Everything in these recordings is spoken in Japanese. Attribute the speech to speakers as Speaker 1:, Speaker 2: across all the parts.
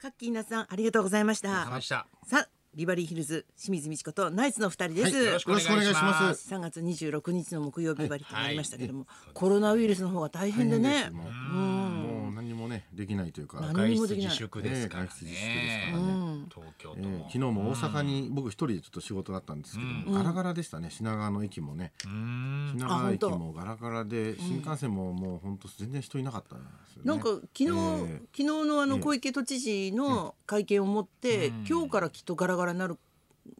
Speaker 1: カッキーなさんありがとうございまし
Speaker 2: お疲れ様
Speaker 1: た
Speaker 2: でした
Speaker 1: さあリバリーヒルズ清水美智子とナイツの二人で
Speaker 2: はい
Speaker 1: す、
Speaker 2: よろしくお願いします
Speaker 3: よろしくお願いします
Speaker 1: 3月26日の木曜日バリとなりましたけども、コロナウイルスの方が大変でね
Speaker 3: もうもう何もねできないというか、
Speaker 1: 何
Speaker 2: 外
Speaker 1: にも
Speaker 2: 出
Speaker 1: できない
Speaker 2: 自粛ですからね
Speaker 3: ね外出自粛ですからね
Speaker 2: うん東京
Speaker 3: え
Speaker 2: 都
Speaker 3: ー
Speaker 2: も
Speaker 3: 昨日も大阪に僕一人でちょっと仕事だったんですけども、ガラガラでしたね品川の駅もね品川駅もガラガラで新幹線ももう本当全然人いなかったんですよね
Speaker 1: なんか昨日、
Speaker 3: え
Speaker 1: 昨日のあの小池都知事の会見をもって、今日からきっとガラガラになる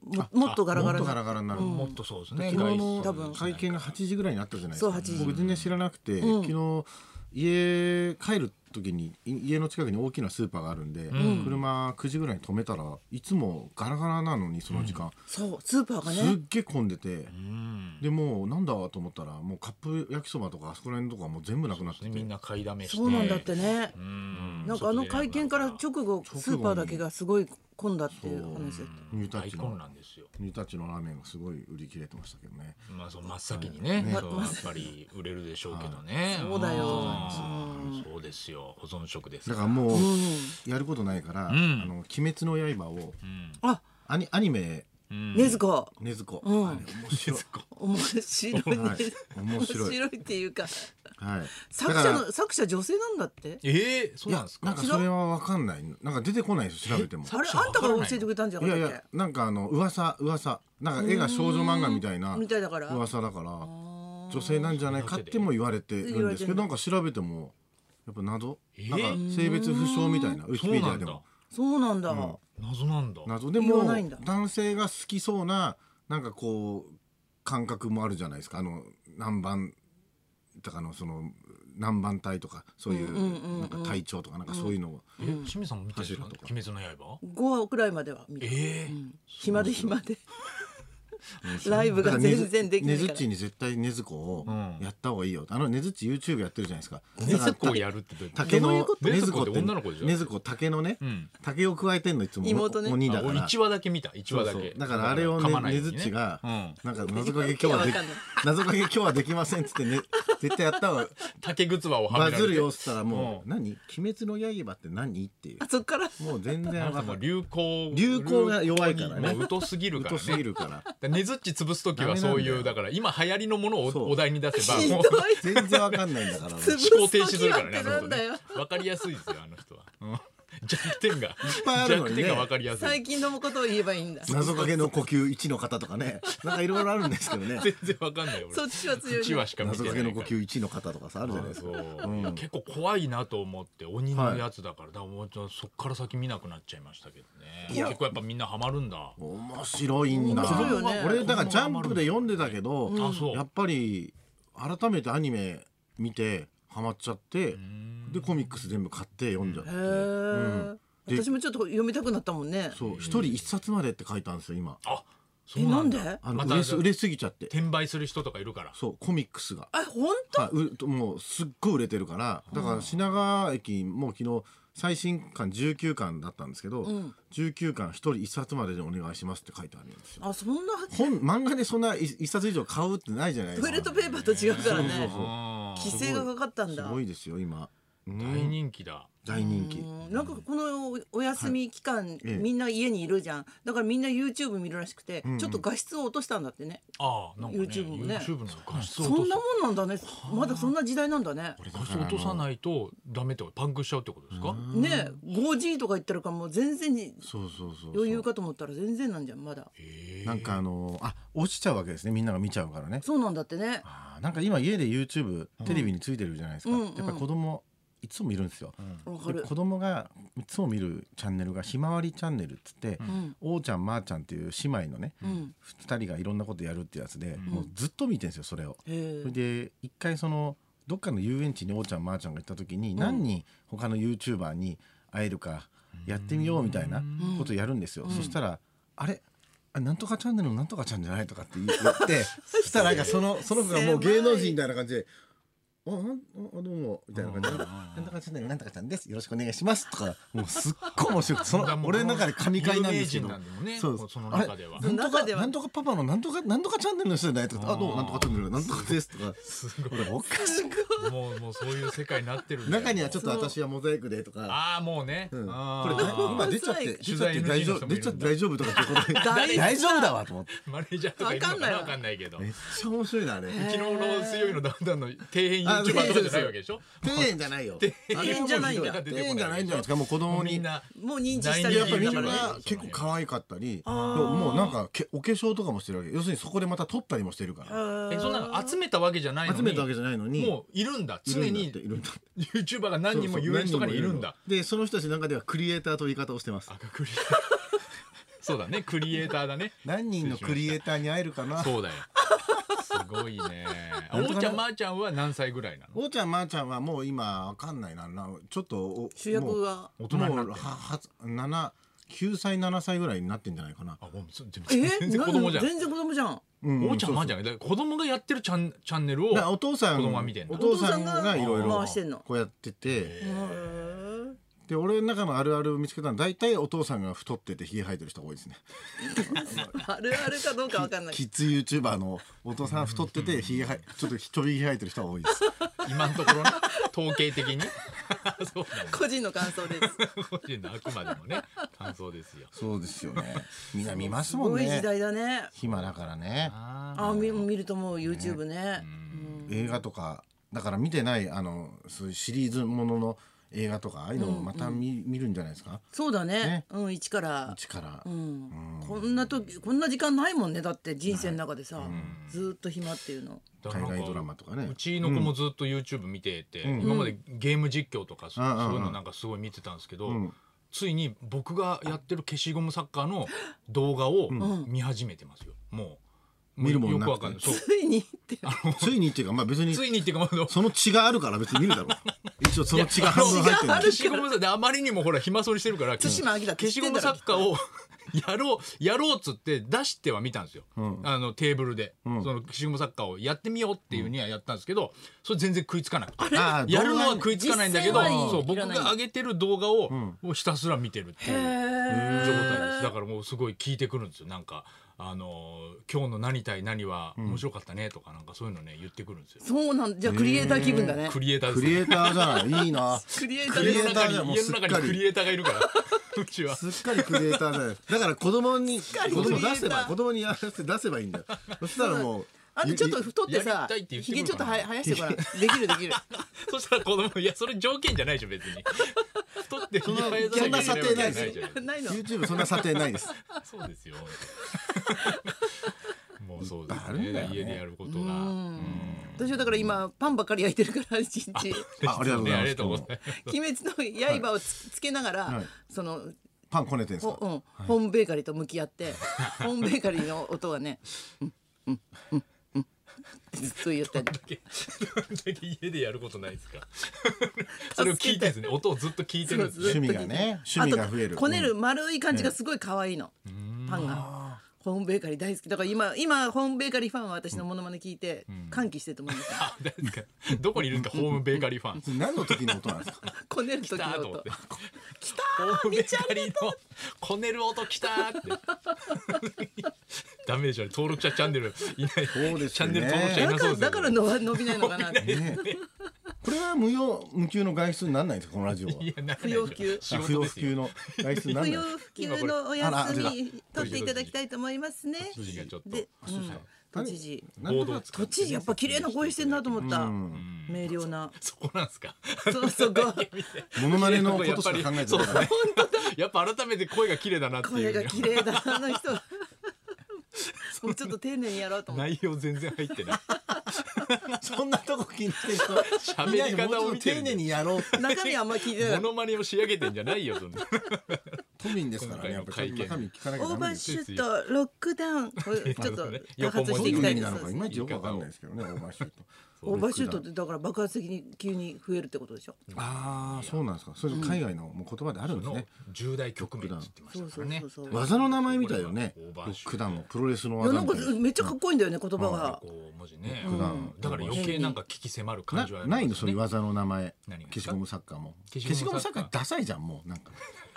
Speaker 1: ももっとガラ
Speaker 3: ー
Speaker 1: ガ
Speaker 3: も
Speaker 1: ラ
Speaker 3: っと
Speaker 1: にな
Speaker 3: ガ
Speaker 1: る
Speaker 3: ラガラになる、
Speaker 2: もっとそうですね
Speaker 3: 昨日の
Speaker 1: 多分
Speaker 3: 会見が8時ぐらいにあったじゃないですか
Speaker 1: そう8時
Speaker 3: 僕全然知らなくて、昨日家帰る時にい家の近くに大きなスーパーがあるんで、車9時ぐらいに止めたらいつもガラガラなのにその時間、
Speaker 1: そうスーパーが
Speaker 3: す
Speaker 1: ね
Speaker 3: っげえ混んでて、でもうなんだと思ったらもうカップ焼きそばとかあそこら辺のとこはもう全部なくなってて、
Speaker 2: みんな買いだめして
Speaker 1: そうなんだってね、
Speaker 2: うん
Speaker 1: なんかあの会見から直後スーパーだけがすごい混んだっていう話だっ
Speaker 3: ニュータッ
Speaker 2: 大
Speaker 3: チの
Speaker 2: 混乱ですよ
Speaker 3: ニュータッチのラーメンがすごい売り切れてましたけどね
Speaker 2: まあその真っ先にね、そうやっぱり売れるでしょうけどね。
Speaker 1: そうだよ
Speaker 2: うんそうですよ。保存食です
Speaker 3: だ
Speaker 2: か。
Speaker 3: かららもうやることないから「あの鬼滅の刃を」
Speaker 1: たあ
Speaker 3: アニアニメ
Speaker 1: 禰豆子
Speaker 3: 「禰豆子」
Speaker 1: うん
Speaker 3: あれ 面白い、
Speaker 1: 面白いね、
Speaker 3: はい面白い
Speaker 1: っていうか
Speaker 3: はい、
Speaker 1: 作
Speaker 3: だか
Speaker 1: 者
Speaker 3: ら
Speaker 1: の作者女性なんだって
Speaker 2: ええそう
Speaker 3: い
Speaker 2: なん
Speaker 3: や
Speaker 2: です
Speaker 3: なん
Speaker 2: か
Speaker 3: か。それは分かんないなんか出てこないです調べても
Speaker 1: あれ
Speaker 2: 者
Speaker 1: あんたから教えてくれたんじゃ
Speaker 3: い
Speaker 1: な
Speaker 3: や
Speaker 1: い
Speaker 3: い
Speaker 1: だっけ
Speaker 3: やなんかあの噂噂なんか絵が少女漫画みたいな
Speaker 1: みたいだから
Speaker 3: 噂だから女性なんじゃないかっても言われてるんですけどなんか調べてもやっぱ謎なんか性別不詳みたいなウィキ
Speaker 2: そ
Speaker 3: ペ
Speaker 2: う
Speaker 3: ディ
Speaker 2: な
Speaker 3: ア
Speaker 2: ん
Speaker 3: で
Speaker 2: だ
Speaker 3: も。
Speaker 1: そうなんだ、
Speaker 2: 謎なんだ。
Speaker 3: 謎で
Speaker 1: 言
Speaker 3: も
Speaker 1: わないんだ
Speaker 3: 男性が好きそうななんかこう感覚もあるじゃないですかあの南蛮とかのその南蛮体とかそういうなんか体調とかなんかそういうのを
Speaker 2: え、清水さんも見てるんですか。鬼滅の刃。
Speaker 1: 五話くらいまでは見た
Speaker 2: ええ。
Speaker 1: 暇で暇でライブが全然できないか
Speaker 3: ねずっ
Speaker 1: ら
Speaker 3: ちに絶対ねずこをやった方がいいよ、あのねずっち YouTube やってるじゃないですか
Speaker 2: ねずこをやるってどういうこと
Speaker 3: 竹
Speaker 1: どういう
Speaker 3: の
Speaker 2: こと
Speaker 3: ねずこっ
Speaker 2: ねずこ
Speaker 3: て
Speaker 2: って女の子でしょ
Speaker 3: ねずこ竹のね、
Speaker 2: ん
Speaker 3: 竹を加えてんのいつも
Speaker 1: 妹ね
Speaker 3: 鬼だ
Speaker 2: あ
Speaker 3: か
Speaker 2: 俺
Speaker 3: ら
Speaker 2: 一話だけ見た。一
Speaker 3: そ
Speaker 2: 話
Speaker 3: う
Speaker 2: だ
Speaker 3: そう
Speaker 2: け。
Speaker 3: だからあれを
Speaker 2: 噛
Speaker 3: ね
Speaker 2: まない
Speaker 3: ね
Speaker 2: よう
Speaker 3: ず
Speaker 2: に
Speaker 3: っ
Speaker 2: ね
Speaker 3: ちが、
Speaker 2: うん
Speaker 3: なんか謎かけ今日は
Speaker 1: わ
Speaker 3: で
Speaker 1: かんない
Speaker 3: 謎かけ今日はできませんっつってね絶対やった方が
Speaker 2: 竹靴輪をはめら
Speaker 3: バ
Speaker 2: れて。
Speaker 3: ズるよっつったらも
Speaker 2: う
Speaker 3: う「何鬼滅の刃って何?」っていう
Speaker 1: あそっから
Speaker 3: もう全然
Speaker 2: あな
Speaker 3: わ
Speaker 2: た
Speaker 3: かん
Speaker 2: も
Speaker 3: な
Speaker 2: う
Speaker 3: い
Speaker 2: 流行
Speaker 3: 流行が弱いからね
Speaker 2: もう疎すぎるから
Speaker 3: 疎
Speaker 2: ね
Speaker 3: すぎるから
Speaker 2: でねずっち潰す時はそういうだ
Speaker 3: ダメなんだよ
Speaker 2: から今流行りのものを
Speaker 3: そう
Speaker 2: おお題に出せ ば
Speaker 1: ひど
Speaker 2: も
Speaker 1: いう
Speaker 3: 全然わかんないんだからもう
Speaker 1: つ
Speaker 3: いっ
Speaker 1: ぶ
Speaker 2: 思考停止するか らね
Speaker 1: つぶす時はってなんだよ
Speaker 2: あの人ねわかりやすいですよあの人は、うん 弱点が
Speaker 3: ぱいある
Speaker 2: 弱
Speaker 3: のにね
Speaker 2: 点がわかりやすい
Speaker 1: 最近のことを言えばいいんだ
Speaker 3: 謎かけの呼吸1の方とかねなんかいろいろあるんですけどね
Speaker 2: 全然わかんないよ
Speaker 1: そっちは強
Speaker 2: 俺
Speaker 1: い
Speaker 2: 1
Speaker 1: ね
Speaker 2: 話しか見て
Speaker 3: 謎
Speaker 2: ない
Speaker 3: か
Speaker 2: から
Speaker 3: けの呼吸1の方とかさあるじゃないです
Speaker 2: そ
Speaker 3: か
Speaker 2: う、いや結構怖いなと思って鬼のやつだから、だからもうちょっとそっから先見なくなっちゃいましたけどね結構やっぱみんなハマるんだ
Speaker 3: 面白いんだ
Speaker 1: 面白いよね
Speaker 3: 俺だからジャンプで読んでたけど、
Speaker 2: あそう
Speaker 3: やっぱり改めてアニメ見てハマっちゃって、でコミックス全部買って読んじゃって、
Speaker 1: へー
Speaker 3: で
Speaker 1: 私もちょっと読みたくなったもんね
Speaker 3: そう一人一冊までって書いたんですよ今
Speaker 2: あそ
Speaker 1: え
Speaker 2: う
Speaker 1: な
Speaker 2: なんん
Speaker 1: で
Speaker 2: だ
Speaker 3: あの
Speaker 2: また
Speaker 3: 売れす売れすぎちゃって
Speaker 2: 転売する人とかいるから
Speaker 3: そうコミックスが
Speaker 1: あ本
Speaker 3: あうもうすっごい売れてるからだから品川駅もう昨日最新巻19巻だったんですけど、19巻一人一冊まででお願いしますって書いてあるんですよ
Speaker 1: 当あそんな
Speaker 3: 本漫画でそんない一冊以上買うってないじゃないです
Speaker 1: トイ
Speaker 3: か
Speaker 1: レットペーパーと違うからね
Speaker 2: うん
Speaker 1: 規制がかかったん
Speaker 3: す
Speaker 1: だ
Speaker 3: ごいですよ今
Speaker 2: 大人気だ
Speaker 3: 大人気
Speaker 1: なんかこのおお休み期間
Speaker 3: ええ
Speaker 1: みんな家にいるじゃんだからみんな YouTube 見るらしくてちょっと画質を落としたんだってね
Speaker 2: ああなんかね
Speaker 1: YouTube もね
Speaker 2: YouTube の画質を
Speaker 1: そ
Speaker 2: 落と
Speaker 1: ん
Speaker 2: す
Speaker 1: なもんなんだねまだそんな時代なんだね
Speaker 2: 画質落とさないとダメってことパンクしちゃうってことですか
Speaker 1: ね 5G とか言ってるからもう全然に
Speaker 3: そうそうそうそう
Speaker 1: 余裕かと思ったら全然なんじゃんまだ
Speaker 3: なんかあのあ落ちちゃうわけですねみんなが見ちゃうからね
Speaker 1: そうなんだってね
Speaker 3: あーなんか今家で YouTube テレビについてるじゃないですか、
Speaker 1: うんうん
Speaker 3: やっぱ子供いつも見るんですよ、
Speaker 1: わか
Speaker 3: で
Speaker 1: る
Speaker 3: 子供がいつも見るチャンネルが「ひまわりチャンネル」っつって、おーちゃんまーちゃんっていう姉妹のね、二
Speaker 1: ん
Speaker 3: 人がいろんなことやるってやつで、もうずっと見てんですよそれを。
Speaker 1: へー
Speaker 3: それで一回そのどっかの遊園地におーちゃんまーちゃんが行った時に、何人他の YouTuber に会えるかやってみようみたいなことやるんですよ。そしたらあれあなんとかチャンネルの なんとかちゃんじゃないとかって言ってそしたらなんかそのその子がもう芸能人みたいな感じであああどうもみたいな感じでなんとかちゃんだよなんとかちゃんですよろしくお願いしますとかもうすっごい面白くてそ
Speaker 2: だからも
Speaker 3: の
Speaker 2: う
Speaker 3: 俺の中で神回なんですけ
Speaker 2: 有
Speaker 3: ど
Speaker 2: 名人なんだもんね
Speaker 3: そうです
Speaker 2: その中では
Speaker 3: あれなんと
Speaker 1: 中
Speaker 3: か
Speaker 1: では
Speaker 3: なんとかパパのなんとかなんとかチャンネルの人じゃないとか
Speaker 2: あ
Speaker 3: あ
Speaker 2: ー
Speaker 3: どうなんとかチャンネルなんとかですとか
Speaker 2: すごい
Speaker 3: 俺おかしい
Speaker 2: もうもうそういう世界になってるんだよ
Speaker 3: 中にはちょっと私はモザイクでとか
Speaker 2: ああもうね、
Speaker 3: うん、こ
Speaker 2: あ
Speaker 3: れ
Speaker 2: ー
Speaker 3: 今出ちゃって
Speaker 1: モザイク
Speaker 3: 出ちゃって大丈夫出ちゃって大丈夫とかってことで
Speaker 1: 大
Speaker 3: 大丈夫だわと思って
Speaker 2: マネージャーとかいるのかな
Speaker 1: わかんないわ
Speaker 2: わかんないけど
Speaker 3: めっちゃ面白いなあれ
Speaker 1: ー
Speaker 2: 昨日の水曜日のダウンタウンの底辺 YouTuber
Speaker 3: あ
Speaker 2: とかじゃないわけでしょ
Speaker 3: 底辺じゃないよ
Speaker 1: 底辺じゃないんだ
Speaker 3: 底辺じゃないんじゃないですかもう子
Speaker 2: も
Speaker 3: 供
Speaker 2: うみ
Speaker 3: に
Speaker 2: んな
Speaker 1: もう認知したりだ
Speaker 3: やっぱ
Speaker 1: か
Speaker 3: みん
Speaker 2: だから
Speaker 3: な
Speaker 2: ね
Speaker 3: 結構可愛かったり
Speaker 1: あー
Speaker 3: もうなんかけお化粧とかもしてるわけ要するにそこでまた撮ったりもしてるから
Speaker 2: えそんなの集めたわけじゃないのに
Speaker 3: 集めたわけじゃないのに
Speaker 2: もういるんだ
Speaker 3: いる
Speaker 2: 常
Speaker 3: んだっ
Speaker 2: に
Speaker 3: ているんだ
Speaker 2: YouTuber が何人も遊園地とかにいるんだ
Speaker 3: でその人たちの中ではクリエイターという言い方をしてます
Speaker 2: あクリエイターそうだねクリエイターだね
Speaker 3: 何人のクリエイターに会えるかな
Speaker 2: そうだよすごいねあお
Speaker 3: なんと
Speaker 2: ー
Speaker 3: かな
Speaker 2: ちゃんまーちゃんは何歳ぐらいなの
Speaker 3: おーちゃんまーちゃんはもう今わかんないななちょっとお
Speaker 1: 主役
Speaker 3: もう
Speaker 1: が
Speaker 2: 大人になって
Speaker 3: もうはは七9歳7歳ぐらいになってんじゃないかな
Speaker 2: あもうそ全
Speaker 1: え
Speaker 2: 然子供じゃん
Speaker 1: 全然子供 じゃん
Speaker 3: う
Speaker 2: おーちゃんまー
Speaker 3: そう
Speaker 2: ちゃんがだから子供がやってるチャンチャンネルを
Speaker 3: だからお父さん
Speaker 2: 子供は見てんだ
Speaker 3: お父さんがいろ
Speaker 1: お父さ
Speaker 3: い
Speaker 1: んが
Speaker 3: ろ
Speaker 1: 回してんの
Speaker 3: こうやってて
Speaker 1: へー
Speaker 3: で俺の中のあるあるを見つけたのは大体お父さんが太っててひげ生えてる人が多いですね
Speaker 1: あるあるかどうかわかんない
Speaker 3: キッズ YouTuber のお父さん太っててひげ生えちょっとひとびひげ生えてる人が多いです
Speaker 2: 今のとこ ろね統計的に そうなんだ
Speaker 1: 個人の感想 です
Speaker 2: 個人のあくまでもね感想ですよ
Speaker 3: そうですよねみんな見ます
Speaker 1: す
Speaker 3: もん
Speaker 1: ごい
Speaker 3: ね
Speaker 1: 時代だね
Speaker 3: 暇だからね
Speaker 2: あ
Speaker 1: あ見見ると思う YouTube ね
Speaker 3: 映画とかだから見てないあのそういうシリーズものの映画とかああいうのをまた見,、見るんじゃないですか
Speaker 1: そうだね
Speaker 3: ね
Speaker 1: うん一から
Speaker 3: 力、
Speaker 1: うんこんな時こんな時間ないもんねだって人生の中でさ、ずーっと暇っていうの
Speaker 3: 海外ドラマとかね
Speaker 2: うちの子もずっと YouTube 見てて、今までゲーム実況とかそ,、
Speaker 3: うんうんうん
Speaker 2: そういうのなんかすごい見てたんですけど、
Speaker 3: ん
Speaker 2: ついに僕がやってる消しゴムサッカーの動画を見始めてますよ、もう
Speaker 3: 見るもん
Speaker 2: よ
Speaker 3: な
Speaker 2: く
Speaker 3: くて
Speaker 2: わかんないそう
Speaker 1: ついにって
Speaker 3: ついにっていうかまあ別 に
Speaker 2: ついにっていうかまあ
Speaker 3: その血があるから別に見るだろう一応その血が半分入ってる
Speaker 2: あの消しゴムサッカーであまりにもほら暇そうにしてるから
Speaker 1: 対馬明だって
Speaker 2: 消
Speaker 1: 知
Speaker 2: し
Speaker 1: って
Speaker 2: ゴ
Speaker 1: んだ
Speaker 2: ム
Speaker 1: ろ
Speaker 2: サッカーをやろうやろうっつって出しては見たんですよ、あのテーブルで、その消しゴムサッカーをやってみようっていうにはやったんですけどそれ全然食いつかなくて。
Speaker 3: ああ
Speaker 2: やるのは
Speaker 3: 動画
Speaker 2: 食いつかないんだけど
Speaker 1: 実際はいい
Speaker 2: そう僕
Speaker 1: いらない
Speaker 2: が上げてる動画ををひたすら見てるっていう状態ですだからもうすごい聞いてくるんですよなんかあのー今日の何対何は面白かったね」とかなんかそういうのね言ってくるんですよ。
Speaker 1: そうなんじゃあクリエイター気分だね
Speaker 2: クリエイターで
Speaker 3: ク
Speaker 2: す
Speaker 3: リエイターじゃないいいな
Speaker 1: クリエイタ
Speaker 3: ク
Speaker 1: ー
Speaker 3: リエイ
Speaker 2: 家
Speaker 1: で
Speaker 2: の
Speaker 3: ター
Speaker 2: 中
Speaker 3: じゃ
Speaker 2: に
Speaker 3: もう
Speaker 2: 家
Speaker 3: すっ
Speaker 2: の
Speaker 3: かり
Speaker 2: 中にクリエイターがいるから うちは
Speaker 3: すっかりクリエイターじゃないだから子供に
Speaker 1: り
Speaker 3: 子
Speaker 1: クリエ
Speaker 3: 供
Speaker 1: イター
Speaker 3: 出せば子供にやらせて出せばいいんだよそしたらもう
Speaker 1: あとちょっと太って
Speaker 2: や
Speaker 1: さ
Speaker 2: りたいって言って
Speaker 1: ひ
Speaker 2: くる
Speaker 1: げ
Speaker 2: かな
Speaker 1: ちょっとは生やしてご らんできるできる
Speaker 2: そしたら子供いやそれ条件じゃないでしょ別 に太って
Speaker 3: の
Speaker 2: いや
Speaker 3: そんな査定ない
Speaker 2: じゃ
Speaker 3: ですよ
Speaker 1: ないの
Speaker 3: YouTube そんな査定ない です
Speaker 2: そうですよもうそうで
Speaker 3: いっぱいあ
Speaker 2: す
Speaker 3: るん
Speaker 2: ね
Speaker 3: だよね
Speaker 2: 家でやることが
Speaker 1: 私はだから今パンばっかり焼いてるから一日
Speaker 3: あありがとうございます
Speaker 2: ねありがとうございます
Speaker 1: 鬼滅の刃をつつけながら、
Speaker 3: はい
Speaker 1: その
Speaker 3: パンこねてんす
Speaker 1: ほ
Speaker 3: か
Speaker 1: うん、ホームベーカリーと向き合って、ホームベーカリーの音はね、うんうんうんうんってずっと言ってる。
Speaker 2: どんだけ家でやることないです かそれを聞いてですね音をずっと聞いてるんですね
Speaker 3: 趣味がね趣味が増え
Speaker 1: あ
Speaker 3: る
Speaker 1: とこねる丸い感じがすごい可愛いの、パンが。ホームベーカリー大好きだから今今ホームベーカリーファンは私のモノマネ聞いて歓喜してると思うんですよ。
Speaker 2: あ 誰ですかどこにいるんですかホームベーカリーファン
Speaker 3: 何の時の音なんですか
Speaker 1: こねる時
Speaker 2: 来た
Speaker 1: の
Speaker 2: ーと思っ
Speaker 1: 音
Speaker 2: て。来たー見ちゃりのこねる音来たーって。 ダメでしょうね登録者チャンネルいない。
Speaker 3: そうです
Speaker 2: チャ
Speaker 3: よ
Speaker 2: ンネル登録者い
Speaker 3: ね
Speaker 1: だ
Speaker 2: な
Speaker 1: か
Speaker 2: そう
Speaker 1: ら
Speaker 2: です
Speaker 1: だ
Speaker 2: よ。
Speaker 1: からのは伸びないのかなって
Speaker 3: ねこれは無用無給の外出にならないんですかこのラジオはい
Speaker 2: やならない
Speaker 1: 不要級
Speaker 2: でしょ
Speaker 3: あ
Speaker 2: 仕
Speaker 3: 不
Speaker 2: 事
Speaker 3: 要
Speaker 2: で
Speaker 3: 不
Speaker 2: すよ
Speaker 3: 急。の外出にな
Speaker 1: 不
Speaker 3: らない
Speaker 1: 要不急のお休み
Speaker 2: あら
Speaker 1: 取っていただきたいと思いますね。
Speaker 2: 筋がちょっと
Speaker 1: で、うん、都知事。
Speaker 2: ボードを使
Speaker 1: 都
Speaker 2: って
Speaker 1: 知事やっぱ綺麗な声してんなと思った。明瞭な。
Speaker 2: そこなんですか。
Speaker 1: そうそこ。
Speaker 3: モノマネのことしか考えてない
Speaker 2: そう ですね。やっぱ改めて声が綺麗だなってい
Speaker 1: 声
Speaker 2: う
Speaker 1: が
Speaker 2: ね。
Speaker 1: 綺麗だなあの人。もうちょっと丁寧にやろうと思って。
Speaker 2: 内容全然入ってない。
Speaker 3: そんなとこ気にしてる人
Speaker 2: 喋り方を見てる
Speaker 3: みんなにもうちょっと丁寧にやろう
Speaker 1: 中身あんま聞いてな
Speaker 2: モ
Speaker 1: い。
Speaker 2: ノマネを仕上げてんじゃないよ。そんな
Speaker 3: 都民ですからねやっぱり
Speaker 2: 今回の
Speaker 3: 中
Speaker 2: 会
Speaker 3: 身聞かなき
Speaker 1: オ
Speaker 3: ゃダ
Speaker 1: ーバ
Speaker 3: メ
Speaker 1: ー
Speaker 3: ですよ
Speaker 1: シュートロックダウンこれちょっと多発
Speaker 3: ど
Speaker 1: し
Speaker 3: う
Speaker 1: て
Speaker 3: い
Speaker 1: いうき
Speaker 3: 意
Speaker 1: たいで
Speaker 3: 味な
Speaker 1: す
Speaker 3: の。かいまいちよくわかんないですけどねオーバーシュート
Speaker 1: オーバーシュートってだから爆発的に急に増えるってことでしょ
Speaker 3: ああそうなんですかそれ海外のもう言葉であるんです
Speaker 2: の
Speaker 3: ね、
Speaker 2: 重大局面って言ってましたからね
Speaker 1: そうそうそうそう
Speaker 3: 技の名前みたいよね
Speaker 2: オー
Speaker 3: ロ
Speaker 2: バーシュー
Speaker 3: ックダウンのプロレスの
Speaker 1: いやな
Speaker 3: 技み
Speaker 1: ん
Speaker 3: た
Speaker 1: か
Speaker 3: いな
Speaker 1: めっちゃかっこいいんだよね言葉が
Speaker 2: こう文字ね、
Speaker 3: ロックダウン
Speaker 2: だから余計なんか聞き迫る感じはあ
Speaker 3: な
Speaker 2: りま
Speaker 3: な
Speaker 2: すよね
Speaker 3: いのそういう技の名前
Speaker 2: 何がで
Speaker 3: 消
Speaker 2: す
Speaker 3: し
Speaker 2: か
Speaker 3: ゴムサッカーも
Speaker 2: 消
Speaker 3: 消
Speaker 2: し
Speaker 3: し
Speaker 2: ゴ
Speaker 3: ゴ
Speaker 2: ム
Speaker 3: ム
Speaker 2: サ
Speaker 3: サ
Speaker 2: ッ
Speaker 3: ッ
Speaker 2: カ
Speaker 3: カ
Speaker 2: ー
Speaker 3: ーダサいじゃんもうなんか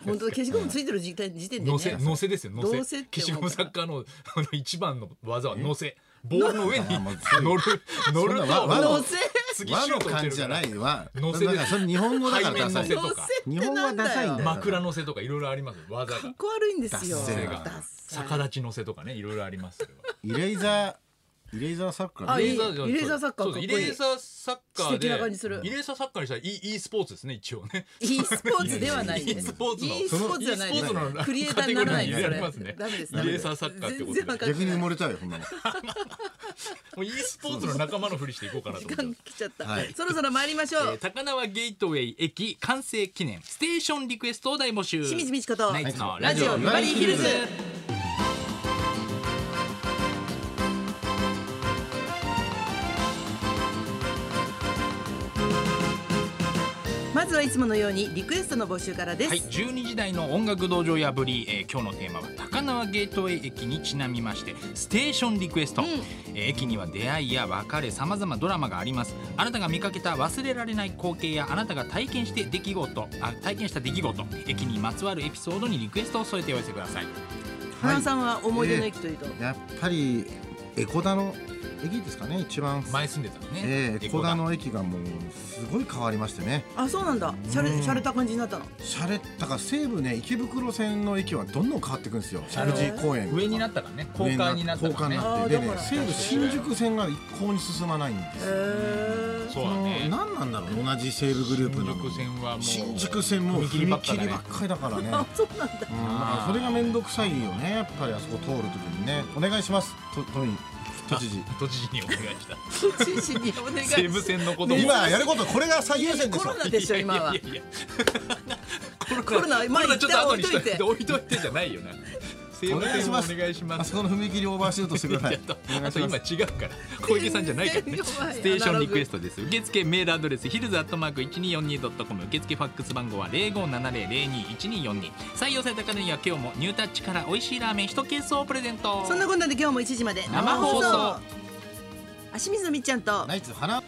Speaker 1: 本当だ消しゴムついてる時点時点で
Speaker 2: のせ、
Speaker 1: ね
Speaker 2: のせですよ、のせ。
Speaker 1: どうせって思う
Speaker 2: 消しゴムサッカーの、あの一番の技はのせ。ボールの上に
Speaker 3: あーもう強い
Speaker 2: 乗る、乗る
Speaker 3: そんなわ
Speaker 2: と、
Speaker 1: のせ
Speaker 2: 次
Speaker 3: 和
Speaker 2: シュー
Speaker 3: の
Speaker 2: ト打て
Speaker 3: 感
Speaker 2: る
Speaker 3: じじ
Speaker 2: か
Speaker 3: ゃ
Speaker 2: ら
Speaker 3: ない。わ
Speaker 2: 乗せです
Speaker 3: だからそれ日本語だからダサい
Speaker 2: 背面
Speaker 1: のせ
Speaker 2: 乗せ
Speaker 1: っ
Speaker 2: とか
Speaker 1: てなん
Speaker 3: 日本はダ
Speaker 1: だ
Speaker 3: サいん
Speaker 1: よ
Speaker 3: だよ
Speaker 2: 枕のせとかいろいろありますよ、技
Speaker 1: か
Speaker 2: が
Speaker 1: っ。こ悪いんですよ
Speaker 3: ダッ
Speaker 2: そ
Speaker 3: セ
Speaker 2: れ
Speaker 3: ー
Speaker 2: が
Speaker 1: ダッサい
Speaker 2: 逆立ちのせとかね、いろいろありますよ。
Speaker 3: イレイザーイレイザーサッカー
Speaker 1: あ
Speaker 3: ね
Speaker 1: いいイレーザーサッカー
Speaker 2: そう
Speaker 1: かっ
Speaker 2: です
Speaker 1: こいい
Speaker 2: イレーザーサッカーで。
Speaker 1: 素敵な感じする
Speaker 2: イレーザーサッカーにしたら、いい、いいスポーツですね、一応ね。
Speaker 1: いいスポーツではないね。
Speaker 2: いいスポーツの
Speaker 1: いいスポーツじゃないです
Speaker 2: そのいいスポーツの
Speaker 1: クリエイターにならないですそ
Speaker 2: カ
Speaker 1: れ
Speaker 2: テゴリーに入れますね
Speaker 1: ダメです。
Speaker 2: イレーサーサッカーってことで
Speaker 1: 全然わかん
Speaker 3: 逆に埋
Speaker 1: ない
Speaker 3: もれちゃうよほんなの
Speaker 2: もういいスポーツの仲間のふりしていこうかなと
Speaker 1: 時
Speaker 2: 思っ
Speaker 1: 間。
Speaker 2: て
Speaker 1: 来ちゃった
Speaker 3: はい。
Speaker 1: そろそろ参りましょ
Speaker 2: えー
Speaker 1: う。
Speaker 2: 高輪ゲートウェイ駅完成記念ステーションリクエストを大募集
Speaker 1: 清水美智子と
Speaker 2: ナイツの
Speaker 1: ラ
Speaker 2: ラ
Speaker 1: ジ
Speaker 2: ジ
Speaker 1: オ
Speaker 2: オ
Speaker 1: ビバリーヒルズ。まずはいつものようにリクエストの募集からです。
Speaker 2: はい、12時台の音楽道場破り、えー今日のテーマは高輪ゲートウェイ駅にちなみましてステーションリクエスト、えー駅には出会いや別れさまざまドラマがありますあなたが見かけた忘れられない光景やあなたが体験して出来事あ体験した出来事駅にまつわるエピソードにリクエストを添えてお寄せください
Speaker 1: 花さんは思い出の駅というと。
Speaker 3: やっぱりエコダの駅ですかね一番
Speaker 2: 前住んでたのね、
Speaker 3: ええエコダ
Speaker 2: の
Speaker 3: の駅がもうすごい変わりましてね
Speaker 1: あ、そうなんだ。シャレ
Speaker 3: うん
Speaker 1: シャレた感じになったの。
Speaker 3: シャレだから西武ね池袋線の駅はどんどん変わっていくんですよシャルジー公園
Speaker 2: 上になったからね交換になったからね
Speaker 3: 高架になって
Speaker 1: あー
Speaker 3: で
Speaker 1: だ
Speaker 3: ね
Speaker 1: から
Speaker 3: 西武新宿線が一向に進まないんですよ
Speaker 1: へー
Speaker 2: そうだね
Speaker 3: この何なんだろう同じ西武グループなの
Speaker 2: 新宿線はもう
Speaker 3: 新宿線もう
Speaker 2: 踏切ば
Speaker 3: 踏
Speaker 2: っかだね
Speaker 3: 切ばっかりだからねうんだ
Speaker 1: あ、そうなんだ。
Speaker 3: からそれが面倒くさいよねやっぱりあそこ通るときにねお願いしますと都民都知事
Speaker 2: 都知事にお願いした
Speaker 1: 知事にお願いし
Speaker 2: 西武線のことも
Speaker 3: 今やることこれが最優先で
Speaker 1: コ
Speaker 3: しょ
Speaker 1: ロナでしょ今はい
Speaker 2: や。いやいやコロナ
Speaker 1: コロナはまあ
Speaker 2: コロナちょっと後にし
Speaker 1: 一旦
Speaker 2: 置いといてじゃないよな西武線お願いし
Speaker 3: あ
Speaker 2: ます
Speaker 3: そこの踏切オーバーシュートしてくだ
Speaker 2: い
Speaker 3: さい
Speaker 2: やと
Speaker 3: お願
Speaker 2: あ
Speaker 3: いし
Speaker 2: と
Speaker 3: ます
Speaker 2: 今違うから小池さんじゃないからね
Speaker 1: 全然弱い
Speaker 2: ステーションリクエストです受付メールアドレスヒルズアットマーク 1242.com 受付ファックス番号は0570021242採用された方には今日もニュータッチから美味しいラーメン1ケースをプレゼント
Speaker 1: そんなこんなで今日も1時まで
Speaker 2: 生放送
Speaker 1: あ清水のみっちゃんと
Speaker 3: ナイツ花